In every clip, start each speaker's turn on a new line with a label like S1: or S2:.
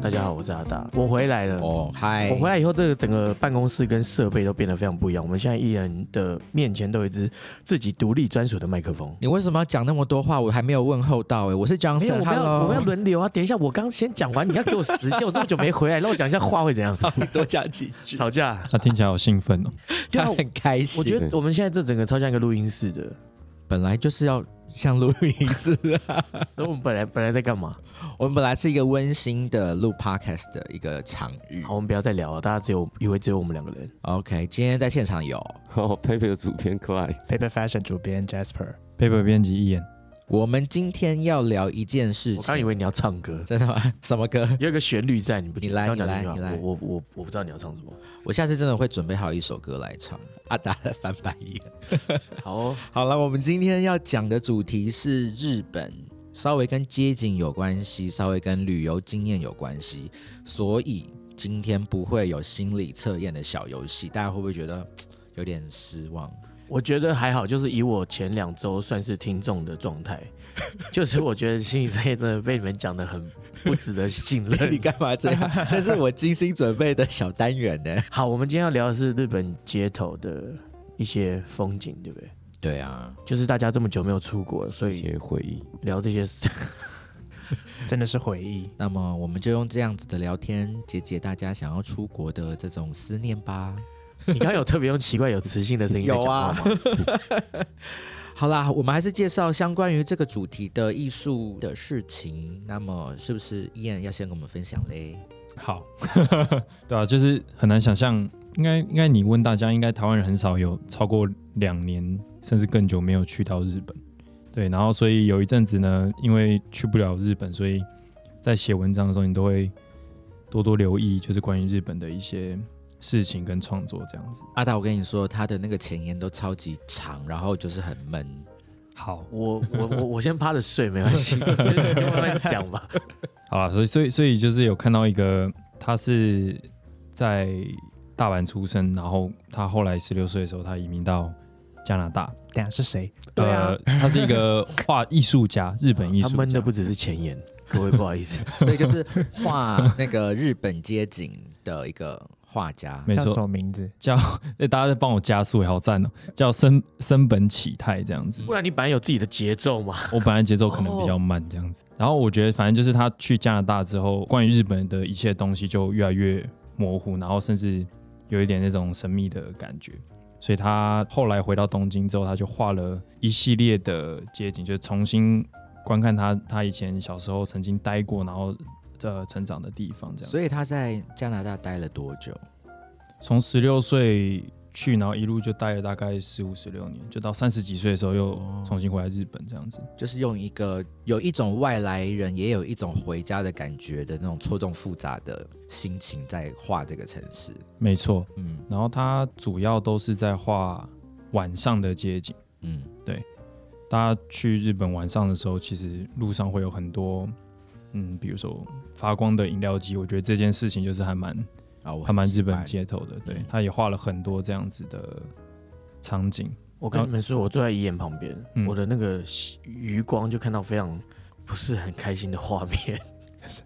S1: 大家好，我是阿达，我回来了。
S2: 哦，嗨，
S1: 我回来以后，这个整个办公室跟设备都变得非常不一样。我们现在艺人的面前都有一支自己独立专属的麦克风。
S2: 你为什么要讲那么多话？我还没有问候到哎、我是
S1: 没有，我们要
S2: Johnson，Hello，
S1: 我们要轮流啊！等一下，我刚先讲完，你要给我时间。我这么久没回来，让我 讲一下话会怎样？
S2: 多讲几句，
S1: 吵架？
S3: 他听起来好兴奋哦！
S1: 对
S2: 他
S1: 啊，
S2: 很开心。
S1: 我觉得我们现在这整个超像一个录音室的。
S2: 本来就是要像录音室、 啊，
S1: 所以我们本来本来在干嘛？
S2: 我们本来是一个温馨的录 Podcast 的一个场域
S1: 好，。我们不要再聊了，大家只有以为只有我们两个人。
S2: OK，今天在现场有
S4: 哦， 佩佩的主编 Clyde，
S5: Paper Fashion 主编 Jasper，
S3: paper 编辑一眼，
S2: 我们今天要聊一件事
S1: 我刚以
S2: 情，
S1: 为你要唱歌，
S2: 真的吗？ 什么歌？
S1: 有一个旋律在，你不
S2: 你来
S1: 刚讲这句话
S2: 你来你来
S1: 我我我我不知道你要唱什么。
S2: 我下次真的会准备好一首歌来唱。阿达在翻白眼。
S1: 好哦，
S2: 好了，我们今天要讲的主题是日本，稍微跟街景有关系，稍微跟旅游经验有关系，所以今天不会有心理测验的小游戏，大家会不会觉得嘖有点失望？
S1: 我觉得还好，就是以我前两周算是听众的状态， 就是我觉得心理测验真的被你们讲的很不值得信
S2: 你
S1: 任。
S2: 干嘛这样？这是我精心准备的小单元呢。
S1: 好，我们今天要聊的是日本街头的一些风景，对不对？
S2: 对啊，
S1: 就是大家这么久没有出国了，所
S4: 一
S1: 以
S4: 些回忆。
S1: 聊这些事。
S5: 真的是回忆。
S2: 那么我们就用这样子的聊天解解大家想要出国的这种思念吧。
S1: 你刚刚有特别用奇怪有磁性的声音在讲话吗？
S2: 好啦，我们还是介绍相关于这个主题的艺术的事情。那么，是不是依然要先跟我们分享嘞？
S3: 好， 对啊，就是很难想象，应该应该你问大家，应该台湾人很少有超过两年甚至更久没有去到日本，对，然后所以有一阵子呢，因为去不了日本，所以在写文章的时候，你都会多多留意，就是关于日本的一些事情跟创作这样子。
S2: 阿达，我跟你说，他的那个前言都超级长，然后就是很闷。
S3: 好，
S1: 我我我我先趴着睡没关 系，你慢慢讲吧。
S3: 好啦，所以所以所以就是有看到一个，他是在大阪出生，然后他后来十六岁的时候，他移民到加拿大。
S5: 等下是谁？
S3: 呃，他是一个画艺术家，日本 艺
S1: 啊他
S3: 术
S1: 闷
S3: 家
S1: 的。不只是前言，各位不好意 思，
S2: 所以就是画那个日本街景的一个画 家。
S3: 没
S5: 叫什
S3: 错，
S5: 么名字？
S3: 哎，大家在帮我加速，好赞哦！叫森森本启太这样子，
S1: 不然你本来有自己的节奏嘛。
S3: 我本来节奏可能比较慢这样子。然后我觉得，反正就是他去加拿大之后，关于日本的一切东西就越来越模糊，然后甚至有一点那种神秘的感觉。所以他后来回到东京之后，他就画了一系列的街景，就是重新观看他他以前小时候曾经待过，然后呃成长的地方这样。
S2: 所以他在加拿大待了多久？
S3: 从十六岁去，然后一路就待了大概十五、十六年，就到三十几岁的时候又重新回来日本这样子。
S2: 就是用一个有一种外来人，也有一种回家的感觉的那种错综复杂的心情，在画这个城市。
S3: 没错，
S2: 嗯
S3: 然后他主要都是在画晚上的街景。
S2: 嗯，
S3: 大家去日本晚上的时候，其实路上会有很多，嗯，比如说发光的饮料机，我觉得这件事情就是还蛮
S2: 啊，我很
S3: 还蛮
S2: 喜
S3: 日本
S2: 欢
S3: 街头的。对
S2: 嗯，
S3: 他也画了很多这样子的场景。
S1: 我跟你们说，我坐在遗言旁边，
S3: 嗯
S1: 我的那个余光就看到非常不是很开心的画 面，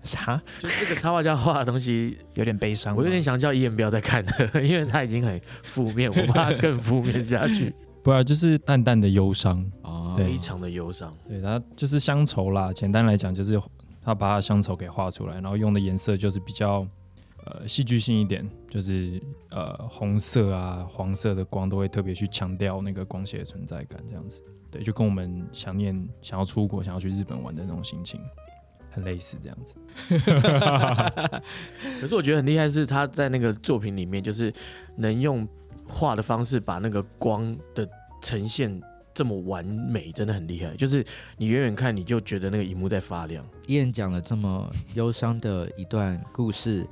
S5: 啥？
S1: 就是这个插画家画的东西，
S5: 有点悲伤吗。
S1: 我有点想叫遗言不要再看了，因为他已经很负面，我怕他更负面下去，
S3: 不啊，就是淡淡的忧伤，
S2: 哦
S3: 对
S1: 非常的忧伤。
S3: 对，它就是乡愁啦。简单来讲，就是他把他乡愁给画出来，然后用的颜色就是比较呃戏剧性一点，就是呃红色啊、黄色的光都会特别去强调那个光线的存在感，这样子。对，就跟我们想念、想要出国、想要去日本玩的那种心情很类似，这样子。
S1: 可是我觉得很厉害，是他在那个作品里面，就是能用画的方式把那个光的呈现这么完美，真的很厉害。就是你远远看，你就觉得那个荧幕在发亮。
S2: 燕讲了这么忧伤的一段故事，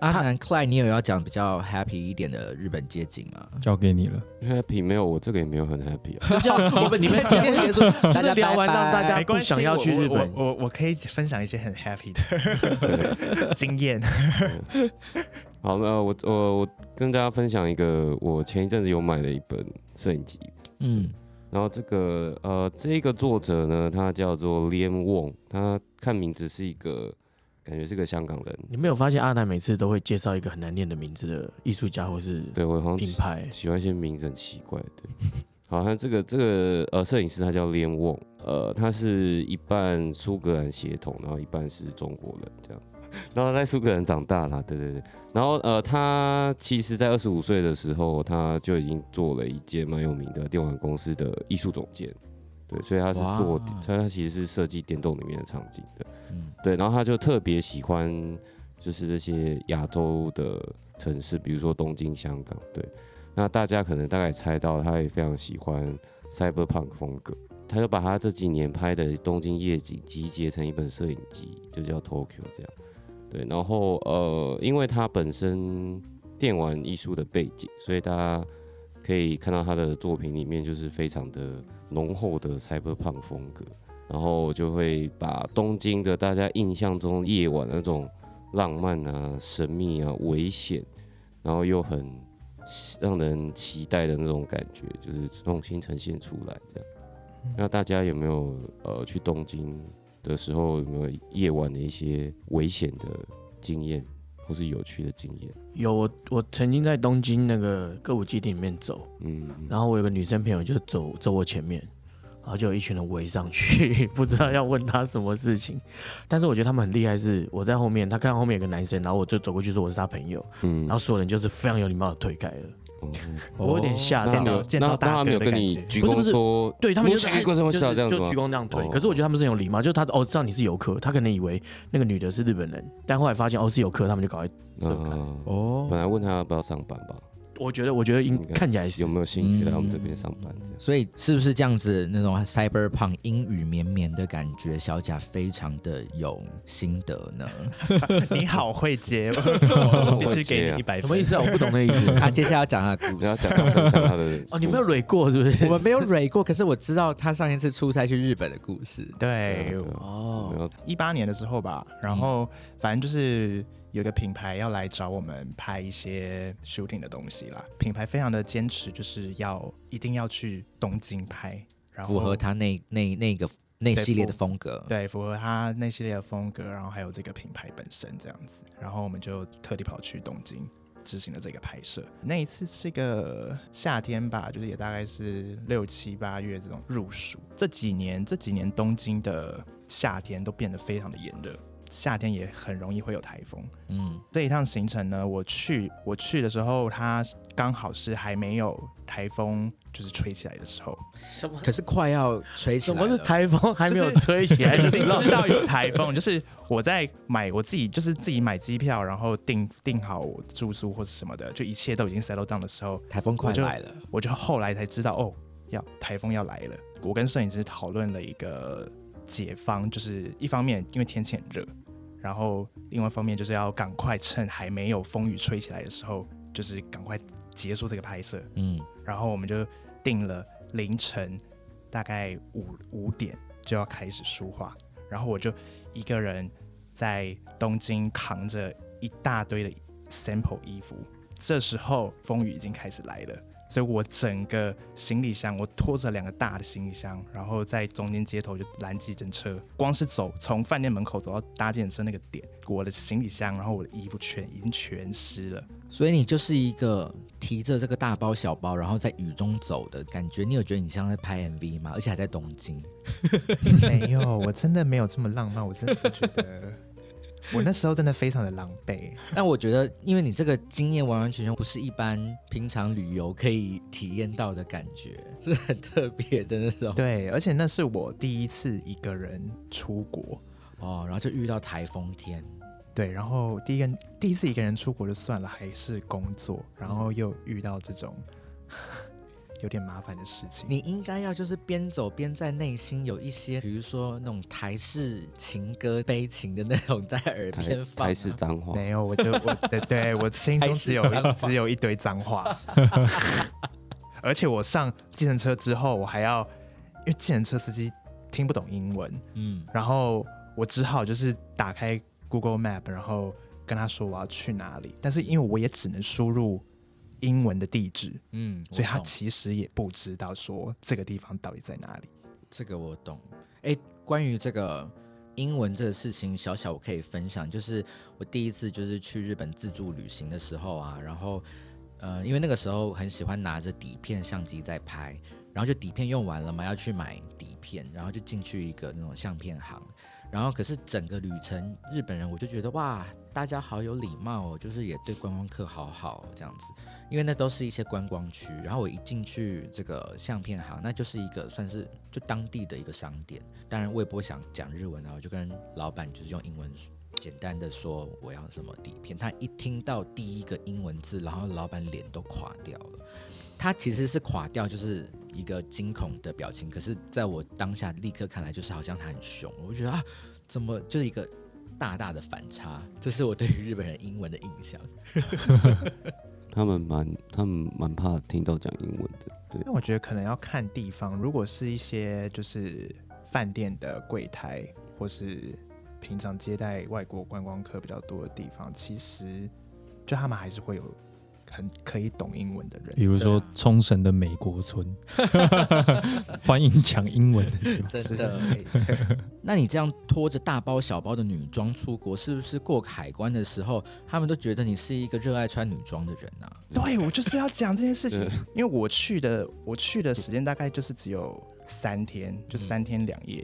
S2: 阿南 Clyde，你有要讲比较 happy 一点的日本街景 吗？
S3: 交给你了。
S4: happy 没有，我这个也没有很 happy 啊。
S2: 就这样，我们今天节 目结束，大
S1: 就是
S2: 家
S1: 聊完
S2: 拜
S1: 让大
S2: 拜
S1: 家
S5: 没关系，
S1: 不想要去日本
S5: 我我我我可以分享一些很 happy 的 经验。
S4: 嗯好，那我我我跟大家分享一个，我前一阵子有买的一本摄影集，
S2: 嗯
S4: 然后这个呃，这个作者呢，他叫做 Liam Wong，他看名字是一个，感觉是个香港人。
S1: 你没有发现阿南每次都会介绍一个很难念的名字的艺术家或是
S4: 对我好像
S1: 品牌？
S4: 喜欢一些名字很奇怪的。 好像这个这个呃，摄影师他叫 Liam Wong，呃，他是一半苏格兰血统，然后一半是中国人这样。 然后他在苏格兰长大啦，对对对。然后呃，他其实在二十五岁的时候，他就已经做了一间蛮有名的电玩公司的艺术总监，对，所以他是
S2: 哇
S4: 做，所以他其实是设计电动里面的场景的。
S2: 嗯
S4: 对，然后他就特别喜欢就是这些亚洲的城市，比如说东京、香港。对，那大家可能大概猜到，他也非常喜欢 cyberpunk 风格。他就把他这几年拍的东京夜景集结成一本摄影集，就叫 Tokyo 这样。对，然后呃，因为他本身电玩艺术的背景，所以大家可以看到他的作品里面就是非常的浓厚的 cyberpunk 风格。然后就会把东京的大家印象中夜晚那种浪漫啊、神秘啊、危险，然后又很让人期待的那种感觉，就是重新呈现出来。这样，
S1: 嗯
S4: 那大家有没有呃去东京的时候有没有夜晚的一些危险的经验，或是有趣的经验？
S1: 有我我曾经在东京那个歌舞伎町里面走，
S4: 嗯，
S1: 然后我有个女生朋友就走走我前面，然后就有一群人围上去， 不知道要问她什么事情。但是我觉得他们很厉害是，我在后面，他看到后面有个男生，然后我就走过去说我是他朋友，
S4: 嗯
S1: 然后所有人就是非常有礼貌的推开了，
S4: 哦
S1: 我有点吓到
S4: 那他。没有，
S5: 见
S4: 那
S5: 到
S4: 那
S5: 大
S4: 他
S5: 哥
S4: 没有
S5: 的
S4: 跟
S5: 感
S4: 你
S5: 觉
S4: 鞠
S1: 不是不
S4: 躬
S1: 是
S4: 说，
S1: 对他们
S4: 我
S1: 就是
S4: 想鞠躬这么
S1: 就
S4: 笑
S1: 是
S4: 这样子
S1: 就
S4: 吗
S1: 鞠？躬这样推。
S4: 哦
S1: 可是我觉得他们是很有礼貌，就是他哦知道你是游客，他可能以为那个女的是日本人，但后来发现哦是游客，他们就搞。这个感
S4: 嗯
S2: 哦
S4: 本来问他要不要上班吧，
S1: 我觉得我觉得应
S4: 应该
S1: 看起来是
S4: 嗯有没有兴趣来我们这边上班这样。
S2: 所以是不是这样子？那种 cyberpunk 阴雨绵绵的感觉，小贾非常的有心得 呢。
S5: 你好会接，
S4: 好
S5: 我
S4: 会
S5: 必须
S4: 接
S5: 给
S4: 啊
S5: 你一百分。
S1: 什么意思啊？我不懂那意 思。
S2: 他接下来要讲他的故
S4: 不要
S2: 事。
S4: 讲到分享他的
S1: 嗯 哦，你没有蕊过是不
S2: 我
S1: 是？
S2: 们没有蕊过，可是我知道他上一次出差去日本的故事。
S4: 啊
S5: 对，
S4: 我
S1: 哦
S4: 们，要
S5: 一八年的时候吧，
S1: 嗯
S5: 然后反正就是有个品牌要来找我们拍一些 shooting 的东西啦。品牌非常的坚持，就是要一定要去东京拍，然后
S2: 符合他那那那个那系列的风格。
S5: 对符合他那系列的风格，然后还有这个品牌本身这样子。然后我们就特地跑去东京执行了这个拍摄。那一次是个夏天吧，就是也大概是六七八月这种入暑。这几年这几年东京的夏天都变得非常的炎热，夏天也很容易会有台风。
S2: 嗯，
S5: 这一趟行程呢，我去我去的时候，它刚好是还没有台风就是吹起来的时候，
S1: 什么
S2: 可是快要吹起
S1: 什
S2: 来了。
S1: 么是台风还没有
S5: 就是
S1: 吹起 来就
S5: 你
S1: 知道
S5: 知道有台风， 就是我在买我自己，就是自己买机票，然后订订好我住宿或是什么的，就一切都已经 settle down 的时候，
S2: 台风快来了，
S5: 我就后来才知道哦，要台风要来了。我跟摄影师讨论了一个解方，就是一方面因为天气很热，然后另外一方面就是要赶快趁还没有风雨吹起来的时候，就是赶快结束这个拍摄。
S2: 嗯，
S5: 然后我们就定了凌晨大概五五点就要开始书画，然后我就一个人在东京扛着一大堆的 sample 衣服，这时候风雨已经开始来了。所以我整个行李箱，我拖着两个大的行李箱，然后在中间街头就拦计程车。光是走从饭店门口走到搭计程车那个点，我的行李箱，然后我的衣服全已经全湿了。
S2: 所以你就是一个提着这个大包小包，然后在雨中走的感觉。你有觉得你像在拍 MV 吗？而且还在东京。
S5: 没有，我真的没有这么浪漫，我真的不觉得。我那时候真的非常的狼狈，
S2: 但我觉得，因为你这个经验完完全全不是一般平常旅游可以体验到的感觉， 是很特别的那种。
S5: 对，而且那是我第一次一个人出国，
S2: 哦，然后就遇到台风天，
S5: 对，然后第一个第一次一个人出国就算了，还是工作，然后又遇到这种 有点麻烦的事情。
S2: 你应该要就是边走边在内心有一些，比如说那种台式情歌悲情的那种在耳
S4: 台
S2: 边放、啊
S4: 台
S1: 啊
S4: 式脏话，
S5: 没有，我就我对对我心中只有一只有一堆脏话，而且我上计程车之后，我还要因为计程车司机听不懂英文，
S2: 嗯，
S5: 然后我只好就是打开 Google Map，然后跟他说我要去哪里，但是因为我也只能输入英文的地址，
S2: 嗯，
S5: 所以
S2: 我
S5: 他
S2: 懂
S5: 其实也不知道说这个地方到底在哪里。
S2: 这个我懂。哎，关于这个英文这个事情，小小我可以分享，就是我第一次就是去日本自助旅行的时候啊，然后呃，因为那个时候很喜欢拿着底片相机在拍，然后就底片用完了嘛，要去买底片，然后就进去一个那种相片行。然后可是整个旅程，日本人我就觉得哇，大家好有礼貌哦，就是也对观光客好好哦这样子，因为那都是一些观光区。然后我一进去这个相片行，那就是一个算是就当地的一个商店。当然我也不会想讲日文啊，我就跟老板就是用英文简单的说我要什么底片。他一听到第一个英文字，然后老板脸都垮掉了。他其实是垮掉，就是一个惊恐的表情。可是在我当下立刻看来，就是好像他很凶。我就觉得啊，怎么就是一个大大的反差？这是我对于日本人英文的印象。
S4: 他们蛮他们蛮怕听到讲英文的，
S5: 那我觉得可能要看地方，如果是一些就是饭店的柜台，或是平常接待外国观光客比较多的地方，其实就他们还是会有很可以懂英文的人。
S3: 比如说
S2: 对啊
S3: 冲绳的美国村， 欢迎讲英文的地方。
S2: 真
S5: 是
S2: 的。
S5: 对
S2: 那你这样拖着大包小包的女装出国，是不是过海关的时候，他们都觉得你是一个热爱穿女装的人啊？
S5: 对，我就是要讲这件事情
S4: 对，
S5: 因为我去的我去的时间大概就是只有三天，就三天两夜，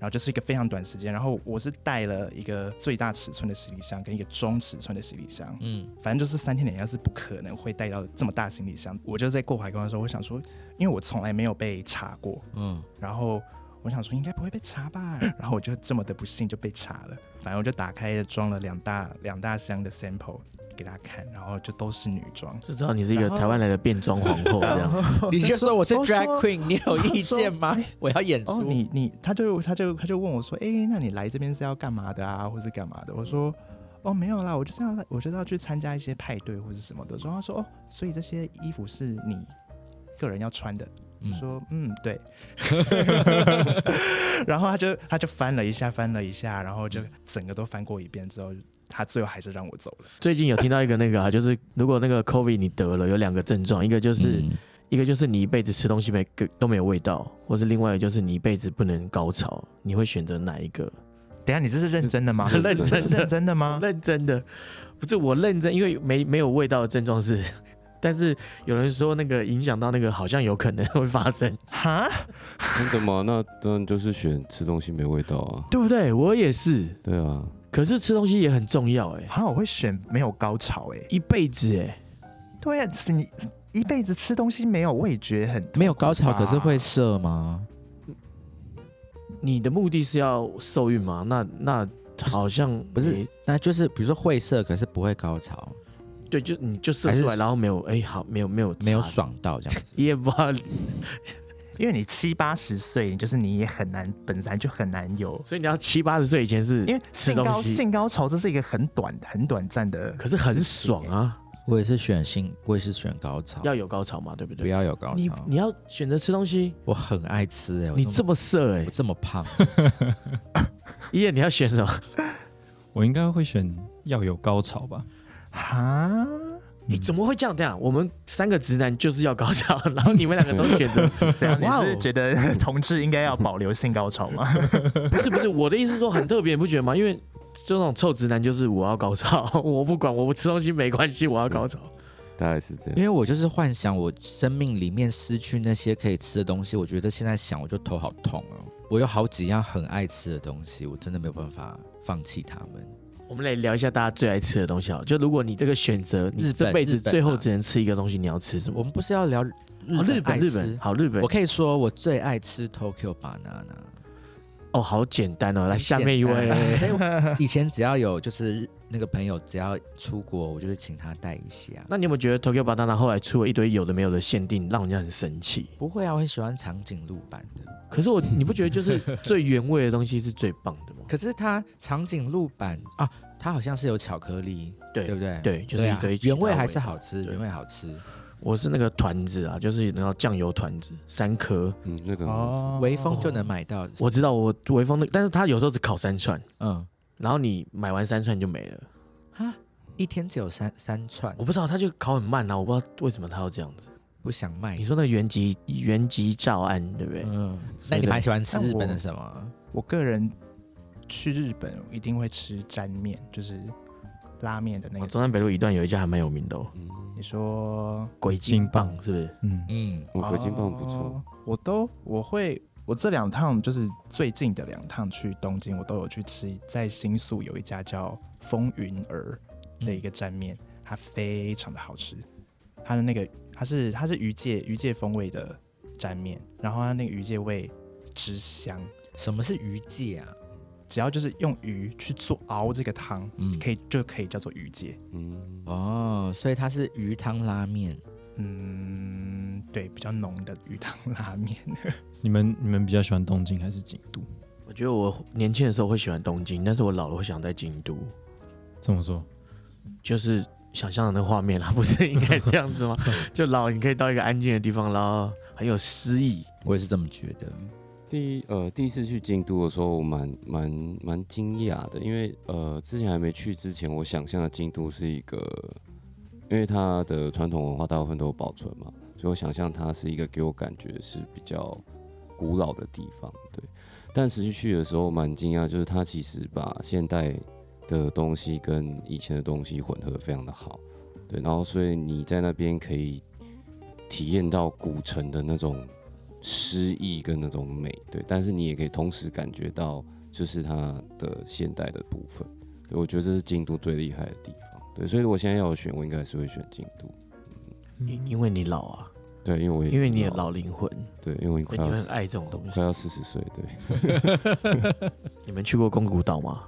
S5: 然后就是一个非常短时间。然后我是带了一个最大尺寸的行李箱跟一个中尺寸的行李箱，
S2: 嗯，
S5: 反正就是三天两夜是不可能会带到这么大行李箱。我就在过海关的时候，我想说，因为我从来没有被查过，
S2: 嗯，
S5: 然后我想说应该不会被查吧，然后我就这么的不幸就被查了。反正我就打开装了两大两大箱的 sample 给他看，然后就都是女装。
S1: 就知道你是一个台湾来的变装皇后这样。
S2: 你就说我是
S5: 都说
S2: drag queen，你有意
S5: 说
S2: 见吗？我要演
S5: 哦，
S2: 出。
S5: 你你，他就他就他就问我说，哎、那你来这边是要干嘛的啊，或是干嘛的？我说，哦，没有啦，我就是要来，我就是要去参加一些派对或是什么的。然后他说，哦，所以这些衣服是你个人要穿的。我说，嗯， 对。然后他就他就翻了一下，翻了一下，然后就
S1: 嗯
S5: 整个都翻过一遍之后，他最后还是让我走了。
S1: 最近有听到一个那个啊，就是如果那个 COVID 你得了，有两个症状，一个就是、
S2: 嗯
S1: 一个就是你一辈子吃东西没都没有味道，或是另外一个就是你一辈子不能高潮，你会选择哪一个？
S5: 等一下你这是认真的吗？
S1: 很 认
S4: 真
S1: 真
S5: 认
S1: 的，
S5: 真的吗？
S1: 认真的，不是我认真，因为没没有味道的症状是，但是有人说那个影响到那个好像有可能会发生，
S5: 哈，
S4: 真的吗？那当然就是选吃东西没味道啊，
S1: 对不对？我也是，
S4: 对啊，
S1: 可是吃东西也很重要哎、
S5: 好，我会选没有高潮哎、
S1: 一辈子哎、
S5: 对呀、是你一辈子吃东西没有味觉很，
S2: 没有高潮，可是会射吗？
S1: 你的目的是要受孕吗？那那好像
S2: 不是
S1: 也
S2: 那就是比如说会射，可是不会高潮，
S1: 对，就你就射
S2: 还
S1: 出
S2: 是
S1: 来，然后没有哎、好没有没有
S2: 没有
S1: 差
S2: 爽到这样子。
S1: 也不好，
S5: 因为你七八十岁，就是你也很难，本来就很难有，
S1: 所以你要七八十岁以前是
S5: 因为
S1: 吃
S5: 性
S1: 东
S5: 高
S1: 西，
S5: 性高潮这是一个很短很短暂的，
S1: 可是很爽啊，
S2: 我也是选性，我也是选高潮，
S1: 要有高潮嘛，对不
S2: 不
S1: 对？
S2: 要有高
S1: 你
S2: 潮
S1: 你。要选择吃东西，
S2: 我很爱吃哎、我
S1: 你
S2: 这
S1: 这
S2: 么
S1: 么色哎、
S2: 我这么胖，
S1: 一夜你要选什么？
S3: 我应该会选要有高潮吧？
S5: 哈，
S2: 嗯
S1: 你怎么会这样？这样，我们三个直男就是要高 潮，然后你们两个都选择，
S5: 这样你
S1: 哇哦
S5: 是 觉得同志应该要保留性高潮吗？
S1: 不是不是，我的意思是说很特别，你不觉得吗？因为这种臭直男就是我要高潮， 我不管，我不吃东西没关系，我要高潮。
S4: 大概是这
S2: 因
S4: 样。
S2: 为我就是幻想我生命里面失去那些可以吃的东西，我觉得现在想我就头好痛哦。我有好几样很爱吃的东西，我真的没有办法放弃它们。
S1: 我们来聊一下大家最爱吃的东西好了，就如果你这个选择，
S2: 日
S1: 你
S2: 本
S1: 这辈子
S2: 日本啊
S1: 最后只能吃一个东西，你要吃什么
S2: 我？们不是要嗯聊日
S1: 哦，日
S2: 本
S1: 本
S2: 爱
S1: 日
S2: 吃
S1: 本好日本
S2: 我，可以说我最爱吃 Tokyo banana，
S1: 哦，好简单哦。来，
S2: 很
S1: 下面一
S2: 简单
S1: 位
S2: 所以 我以前只要有就是那个朋友只要出国，我就会请他带一下。
S1: 那你有没有觉得 Tokyo Banana 后来出了一堆有的没有的限定，让人家很生气？
S2: 不会啊，我很喜欢长颈鹿版的。
S1: 可是我，你不觉得就是 最原味的东西是最棒的吗？
S2: 可是它长颈鹿版啊，它好像是有巧克力，
S1: 对
S2: 对不对？
S1: 对就是
S2: 对啊
S1: 一堆其他
S2: 原味还
S1: 味
S2: 是
S1: 道
S2: 好吃，
S1: 对
S2: 原味好吃。
S1: 我是那个团子啊，就是然后酱油团子三颗，
S4: 嗯，那个很好吃
S5: 哦，
S2: 微风就能买到，
S1: 我知道我微风的，但是它有时候只烤三串，
S2: 嗯，
S1: 然后你买完三串就没了。
S2: 一天只有三三串
S1: 我，不知道，它就烤很慢啊，我不知道为什么它要这样子。
S2: 不想卖
S1: 你。说那个原籍原籍照案对不对？
S2: 嗯，
S1: 所
S2: 那
S1: 以
S2: 你
S1: 呢
S2: 蛮喜欢吃
S5: 但
S2: 日本的
S5: 我
S2: 什么？
S5: 我个人去日本一定会吃沾面，就是拉面的那
S1: 哦
S5: 个。
S1: 中山北路一段有一家还蛮有名的哦，
S4: 嗯
S5: 你，说
S1: 鬼
S3: 劲
S1: 劲
S3: 棒
S1: 棒是不是？
S3: 嗯，
S2: 嗯，
S4: 我鬼金棒不错
S5: 哦。我都我会，我这两趟就是最近的两趟去东京，我都有去吃，在新宿有一家叫风云儿
S2: 嗯
S1: 嗯
S5: 的一个蘸面，它非常的好吃。它的那个它是它是鱼介鱼介风味的蘸面，然后它那个鱼介味之香，
S2: 什么是鱼介啊？
S5: 只要就是用鱼去做熬这个汤，
S2: 嗯，
S5: 可以就可以叫做鱼介。
S4: 嗯，
S2: 哦，所以它是鱼汤拉面。
S5: 嗯，对，比较浓的鱼汤拉面。
S3: 你们你们比较喜欢东京还是京都？
S1: 我觉得我年轻的时候会喜欢东京，但是我老了会想在京都，
S3: 这么说，
S1: 就是想象的那画面啦，不是应该这样子 吗？就老你可以到一个安静的地方，然后很有诗意。
S2: 我也是这么觉得。
S4: 第一呃第一次去京都的时候，我蛮蛮蛮惊讶的，因为呃之前还没去之前，我想象的京都是一个，因为它的传统文化大部分都有保存嘛，所以我想象它是一个呃给我感觉是比较古老的地方，对。但实际去的时候蛮惊讶，就是它其实把现代的东西跟以前的东西混合得非常的好，对。然后所以你在那边可以体验到古城的那种诗意跟那种美，对，但是你也可以同时感觉到就是它的现代的部分，对我觉得这是京都最厉害的地方，对，所以我现在要我选，我应该还是会选京都，
S1: 因因为你老啊，
S4: 对，因为我也
S1: 因嗯为你也老
S4: 了，
S1: 灵魂，
S4: 对，因为
S1: 所
S4: 我快
S1: 以你
S4: 要
S1: 会很
S4: 四
S1: 爱这种东西
S4: 快。要四十岁，对，
S1: 你们去过宫古岛吗？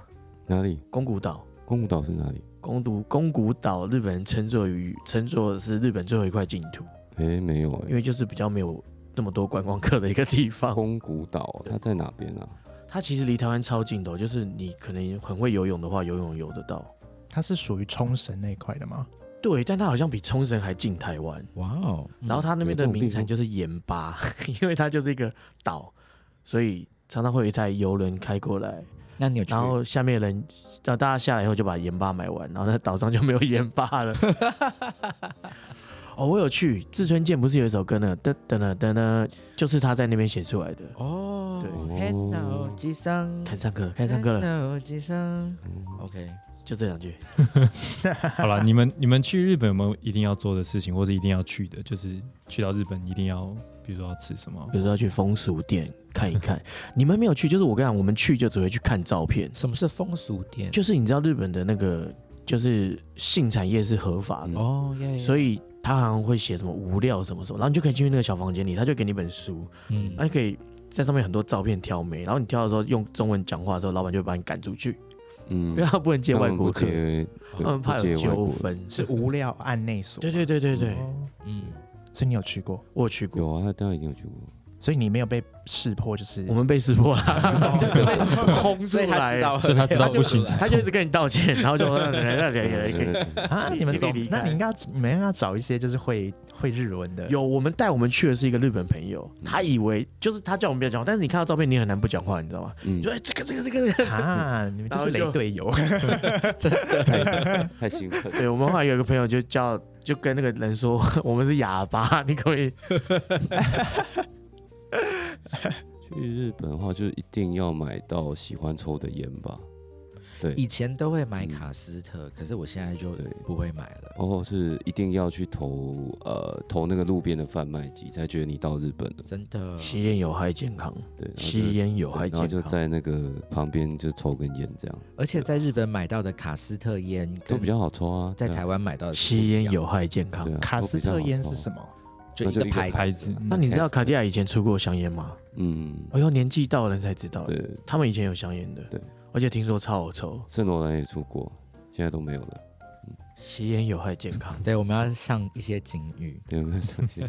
S4: 哪里？
S1: 宫古岛，
S4: 宫古岛是哪里？
S1: 宫古宫古岛，日本人称作于称作是日本最后一块净土，
S4: 诶，没有诶，
S1: 因为就是比较没有啊那么多观光客的一个地方。
S4: 宫古岛它在哪边啊？
S1: 它其实离台湾超近的哦、就是你可能很会游泳的话，游泳游得到。
S5: 它是属于冲绳那一块的吗？
S1: 对，但它好像比冲绳还近台湾。
S2: 哇哦，
S1: 然后它那边的
S4: 嗯有这种地
S1: 名产
S4: 方
S1: 就是盐巴， 因为它就是一个岛，所以常常会有一台游轮开过来，
S2: 那你有去？
S1: 然后下面的人让大家下来以后就把盐巴买完，然后那岛上就没有盐巴 了。哦，我有去志村健，不是有一首歌呢？噔噔噔噔噔，就是他在那边写出来的。
S2: 哦，
S1: 对
S2: ，Hello，吉桑，
S1: 开上课了，开上
S4: 嗯
S1: 课了，
S2: ，Hello，吉桑，OK，
S1: 就这两句。
S3: 好了，你们你 们去日本有没有一定要做的事情，或者一定要去的？就是去到日本一定要，比如说要吃什么
S1: 比？如说去风俗店看一看，你们没有去，就是我跟你讲，我们去就只会去看照片。
S2: 什么是风俗店？
S1: 就是你知道日本的那个，就是性产业是合法的，
S2: 哦耶，
S1: 所以他好像会写什么无料什么什么，然后你就可以进去那个小房间里，他就给你一本书，
S2: 嗯
S1: 那，你可以在上面很多照片挑眉，然后你挑的时候用中文讲话的时候，老板就会把你赶出去，
S4: 嗯
S1: 因为，他不能接
S4: 他
S1: 外
S4: 们不
S1: 国客，
S4: 接对
S1: 他们怕
S4: 不接
S1: 有
S4: 外
S1: 纠
S4: 国
S1: 纷。
S5: 是无料案内所。
S1: 对对对对对，
S5: 哦
S2: 嗯，
S5: 所以你有去过，
S1: 我有去过，
S4: 有啊，他当然一定有去过，
S5: 所以你没有被识破，就是
S1: 我们被识破了，就被轰出
S2: 所以 他知
S1: 来。
S2: 道，
S3: 所以他知道不行
S1: 他就一直跟你道歉，然后就那那那那
S5: 啊，
S1: 请
S5: 你们
S1: 请
S5: 总
S1: 你离开
S5: 那你应该要你们应该要找一些就是会会日文的。
S1: 有我们带我们去的是一个日本朋友，他以为就是他叫我们不要讲话，但是你看到照片你很难不讲话， 你知道吗？
S4: 嗯
S1: 你说哎这个这个这个，这个
S5: 啊，你们就是雷队友。
S4: 太兴奋了，
S1: 对我们后来有一个朋友就叫 就跟那个人说我们是哑巴，你可不可以
S4: 去日本的话，就一定要买到喜欢抽的烟吧。对，
S2: 以前都会买
S4: 嗯
S2: 卡斯特，可是我现在就呃
S4: 对
S2: 不会买了。
S4: 然后是一定要去投呃投那个路边的贩卖机，才觉得你到日本了。
S2: 真的，
S1: 吸烟有害健康，
S4: 对，然后就
S1: 吸烟有害
S4: 对然后
S1: 健
S4: 就
S1: 康。
S4: 在那个旁边就抽根烟，这样
S2: 而且在日本买到的卡斯特烟
S4: 都
S2: 跟
S4: 比较好抽啊。
S2: 在
S4: 对啊
S2: 台湾买到的
S1: 吸烟
S2: 有。
S1: 有害健康
S4: 对，啊，
S5: 卡斯特烟是
S4: 么？
S5: 什么？
S2: 就一
S4: 啊
S2: 个
S4: 那哦就一个
S2: 牌
S3: 牌子，
S1: 那你知道卡地亚以前出过香烟吗？
S4: 嗯，
S1: 哎呦，年纪到了才知道，
S4: 对，
S1: 他们以前有香烟的，
S4: 对，
S1: 而且听说超好抽，
S4: 圣罗兰也出过，现在都没有了。
S1: 吸烟有害健康。
S2: 对，我们要上一些警语。
S4: 没有没有相信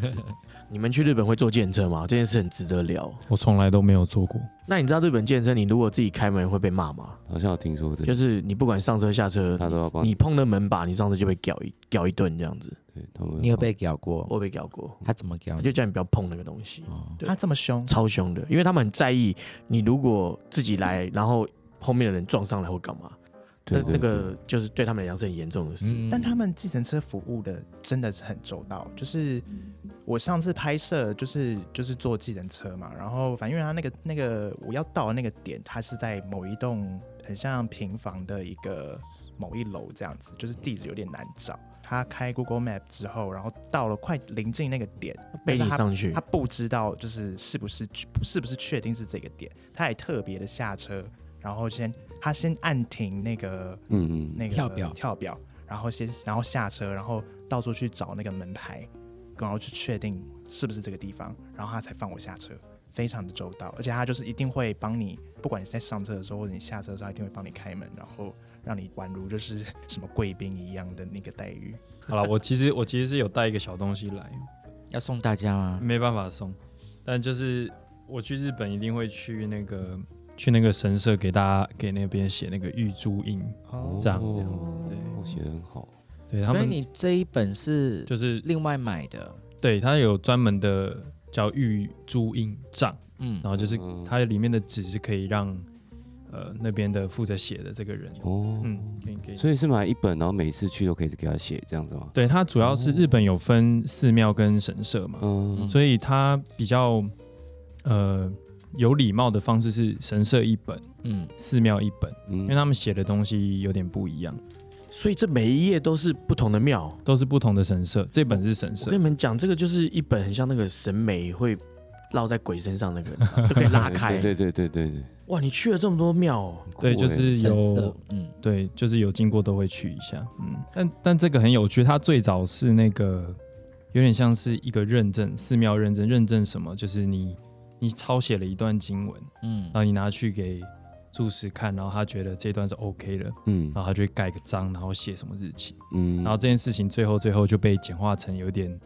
S1: 你们去日本会做检测吗？这件事很值得聊。
S3: 我从来都没有做过。
S1: 那你知道日本健身，你如果自己开门会被骂吗？
S4: 好像有听说这
S1: 就
S4: 个，
S1: 是你不管上车下车，
S4: 他都要帮
S1: 你碰了门把，你上车就被屌一屌一顿这样子。
S4: 对他们
S2: 你有被咬
S4: 哦
S2: 过？
S1: 我被屌过，
S2: 他怎么咬
S1: 他
S2: 你？
S1: 哦就叫你不要碰那个东西，
S2: 哦，
S1: 对
S5: 他这么凶，
S1: 超凶的，因为他们很在意你如果自己来，然后后面的人撞上来会干嘛？那
S4: 对对
S1: 那个就是对他们来讲是很严重的事。
S2: 嗯
S5: 但他们计程车服务的真的是很周到，就是我上次拍摄就是就是坐计程车嘛，然后反正因为他那个那个我要到的那个点，它是在某一栋很像平房的一个某一楼这样子，就是地址有点难找。他开 Google Map 之后，然后到了快临近那个点，
S1: 背
S5: 但
S1: 你
S5: 是他
S1: 上去
S5: 他，不知道就是是不是是不是确定是这个点，他也特别的下车，然后先他先按停那个
S4: 嗯嗯
S5: 那个
S2: 跳表
S5: 跳表，然后先然后下车，然后到处去找那个门牌，然后去确定是不是这个地方，然后他才放我下车，非常的周到，而且他就是一定会帮你，不管你在上车的时候或者你下车的时候，他一定会帮你开门，然后让你宛如就是什么贵宾一样的那个待遇。
S3: 好了， 我其实我其实是有带一个小东西来，
S2: 要送大家吗？
S3: 没办法送，但就是我去日本一定会去那个去那个神社给大家给那边写那个玉珠印，
S4: 哦
S3: 这样这样子，
S4: 我写的很好，
S3: 对对他
S2: 所以
S3: 们
S2: 你这一本是
S3: 就是
S2: 另外买的，
S3: 对他有专门的叫玉珠印杖，
S2: 嗯
S3: 然，后就是
S4: 嗯
S3: 它里面的纸是可以让呃那边的负责写的这个人，
S4: 哦，
S3: 嗯，可以可以。
S4: 所以是买一本，然后每次去都可以给他写这样子吗？
S3: 对，它主要是
S4: 哦
S3: 日本有分寺庙跟神社嘛，
S4: 嗯，
S3: 所以它比较呃有礼貌的方式是神社一本，
S2: 嗯，
S3: 寺庙一本，
S4: 因
S3: 因为他们写的东西有点不一样，
S1: 所以这每一页都是不同的庙。
S3: 都是不同的神社。这本是神
S1: 我
S3: 社
S1: 跟，你们讲，这个就是一本很像那个审美会绕在鬼身上那 个，就可以拉开。
S4: 对对对对对对，
S1: 哇，你去了这么多庙、哦，
S3: 对，就
S4: 很酷欸
S3: 是
S2: 深色
S3: 有，
S2: 嗯，
S3: 对，就是有经过都会去一下，嗯，但但这个很有趣，它最早是那个有点像是一个认证，寺庙认证，认证什么？就是你你抄写了一段经文，
S2: 嗯
S3: 然，后你拿去给住持看，然后他觉得这段是 OK 的，
S4: 嗯
S3: 然后他就会盖个章，然后写什么日期，
S4: 嗯，
S3: 然后这件事情最后最后就被简化成有点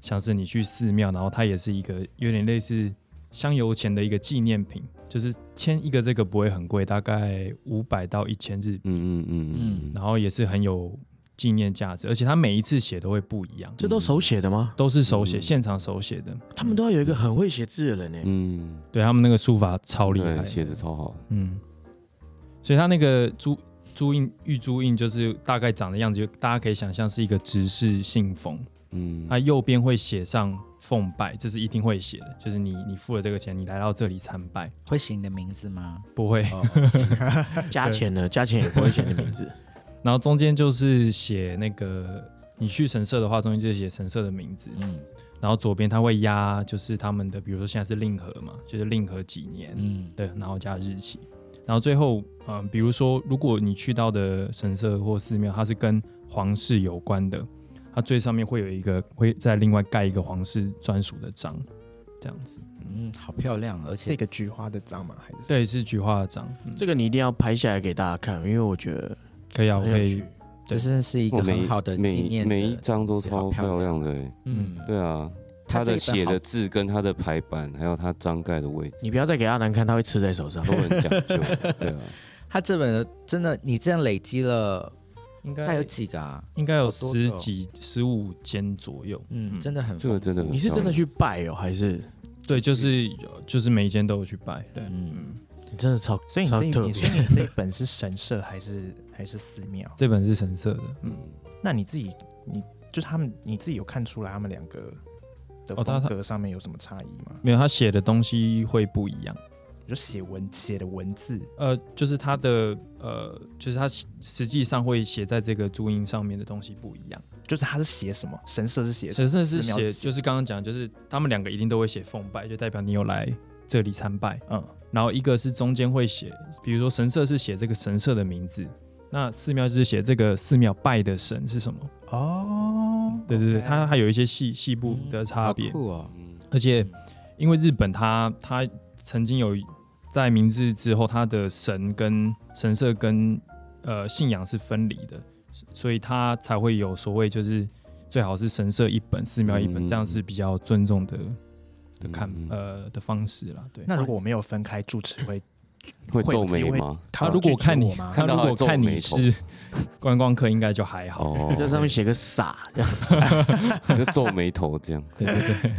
S3: 像是你去寺庙，然后它也是一个有点类似香油钱的一个纪念品，就是签一个这个不会很贵，大概五百到一千日币，
S4: 嗯嗯嗯嗯，
S3: 然
S4: 后
S3: 后也是很有纪念价值，而且他每一次写都会不一样，
S1: 这都手写的吗？
S3: 都是手写，
S4: 嗯
S3: 现场手写的，
S1: 他们都要有一个很会写字的人呢、
S4: 嗯，
S3: 对他们那个书法超厉害
S4: 对，写的超好，
S3: 嗯，所以他那个朱朱印玉朱印就是大概长的样子，就大家可以想象是一个直式信封，
S4: 嗯，
S3: 它右边会写上奉拜，这是一定会写的，就是你你付了这个钱，你来到这里参拜，
S2: 会写你的名字吗？
S3: 不会。
S2: 哦，
S1: 加钱呢，加钱也不会写你名字。
S3: 然后中间就是写那个你去神社的话，中间就是写神社的名字，
S2: 嗯
S3: 然后左边它会压就是他们的，比如说现在是令和嘛，就是令和几年，
S2: 嗯，
S3: 对，然后加日期，然后最后，嗯、比如说，如果你去到的神社或寺庙，它是跟皇室有关的，它最上面会有一个，会再另外盖一个皇室专属的章，这样子。
S2: 嗯，好漂亮，而
S5: 这
S2: 且
S5: 个菊花的章吗？还是
S3: 对，是菊花的章，嗯、
S1: 这个你一定要拍下来给大家看，因为我觉得
S3: 可以啊，我
S1: 很有
S3: 可以
S1: 趣。。
S2: 这真的是一个
S4: 哇每
S2: 很好的纪
S4: 每
S2: 念的
S4: 每一张都超
S2: 好漂
S4: 漂亮的欸，
S2: 嗯，
S4: 对啊，
S2: 它
S4: 他
S2: 这一
S4: 的
S2: 本
S4: 写
S2: 好
S4: 的字跟他的排版，还有他章盖的位置
S1: 你不要再给阿南看，他会吃在手上
S4: 都。很讲究，对啊，
S2: 他这本的真的，你这样累积了，
S3: 应
S2: 大概
S3: 该
S2: 有几个啊？
S3: 应该有
S2: 好多个
S3: 十
S2: 哦
S3: 几、十五间左右。
S2: 嗯，
S3: 嗯
S2: 真的很
S4: 这个
S2: 丰
S4: 真的 很
S1: 你是真的
S4: 漂亮
S1: 去拜哦，还是
S3: 对，就是有就是每一间都有去拜。对，
S2: 嗯
S3: 嗯，
S1: 你真的超
S5: 所以你
S1: 超
S5: 这一
S1: 特
S5: 你
S1: 别
S5: 所？以你这一本是神社还是还是寺庙？
S3: 这本是神社的。嗯，
S4: 嗯
S5: 那你自己你就他们你自己有看出来他们两个的
S3: 哦他
S5: 风
S3: 他
S5: 格上面有什么差异吗？
S3: 没有，他写的东西会不一样。
S5: 就写文写的文字，
S3: 呃，就是它的呃，就是它实实际上会写在这个注音上面的东西不一样。
S5: 就是他是写什么？神社是写什
S3: 神
S5: 么？
S3: 社是
S5: 寺庙是
S3: 写，
S5: 写
S3: 就是刚刚讲，就是他们两个一定都会写奉拜，就代表你有来这里参拜。
S5: 嗯，
S3: 然后一个是中间会写，比如说神社是写这个神社的名字，那寺庙就是写这个寺庙拜的神是什么。
S5: 哦哦，
S3: 对对对，
S5: OK
S3: 它还有一些细细部的差
S2: 好
S3: 别，
S2: 酷哦，
S4: 嗯，
S3: 而且因为日本它它曾经有在明治之后，它的神跟神社跟呃信仰是分离的，所以它才会有所谓就是最好是神社一本，寺庙一本，
S4: 嗯
S3: 这样是比较尊重的的看、
S4: 嗯嗯
S3: 呃的方式啦。对，
S5: 那如果我没有分开住持 会，
S4: 会
S5: 会
S4: 皱
S5: 有
S4: 眉
S5: 机会
S4: 吗？
S3: 他如果
S5: 拒绝
S3: 看
S5: 我
S3: 你
S5: 吗，
S3: 他
S4: 看到
S3: 如果
S4: 他皱
S3: 看你
S4: 眉头
S3: 是观光客，应该就还好。
S4: 哦，
S1: 在上面写个傻，这样
S4: 就皱眉头这样。
S3: 对对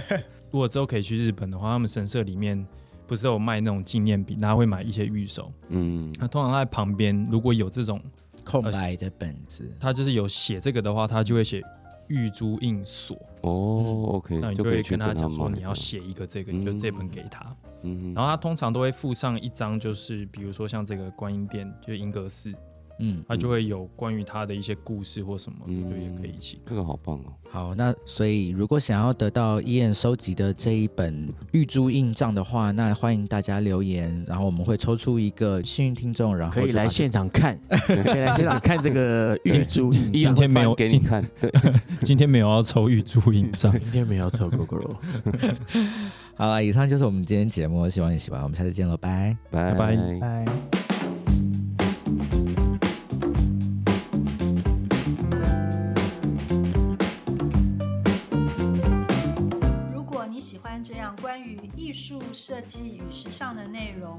S3: 对。 如果之后可以去日本的话，他们神社里面不是都有卖那种纪念品，大家会买一些玉手。
S4: 嗯，
S3: 那通常它在旁边如果有这种，
S2: 空白的本子，
S3: 它就是有写这个的话，它就会写玉珠印锁，
S4: 哦，OK，
S3: 嗯那你
S4: 就
S3: 就
S4: 可以
S3: 会
S4: 去
S3: 跟他
S4: 他
S3: 讲说
S4: 买
S3: 你要
S4: 这样，
S3: 写一个这个，你就这本给他。
S4: 嗯
S3: 然后他通常都会附上一张，就是比如说像这个观音殿，就是银阁寺，
S2: 嗯，
S3: 它就会有关于他的一些故事或什么，
S4: 嗯
S3: 就也可以一起。
S4: 这个好棒哦，
S2: 好，那所以如果想要得到伊燕收集的这一本《玉珠印章》的话，那欢迎大家留言，然后我们会抽出一个幸运听众，然后
S1: 可以
S2: 就把
S1: 来
S2: 这
S1: 现场看，可以来现场看这个玉珠印
S4: 嗯
S3: 今
S1: 章。
S3: 天 没有
S4: 翻给你
S3: 今
S4: 看，对，
S3: 今天没有要抽玉珠印章，
S1: 今天没有抽 g o g o
S2: 好了，以上就是我们今天节目，希望你喜欢，我们下次见喽，拜。
S4: 拜
S3: 拜
S4: 拜。
S5: 哎。
S6: 如果你喜欢这样关于艺术设计与时尚的内容，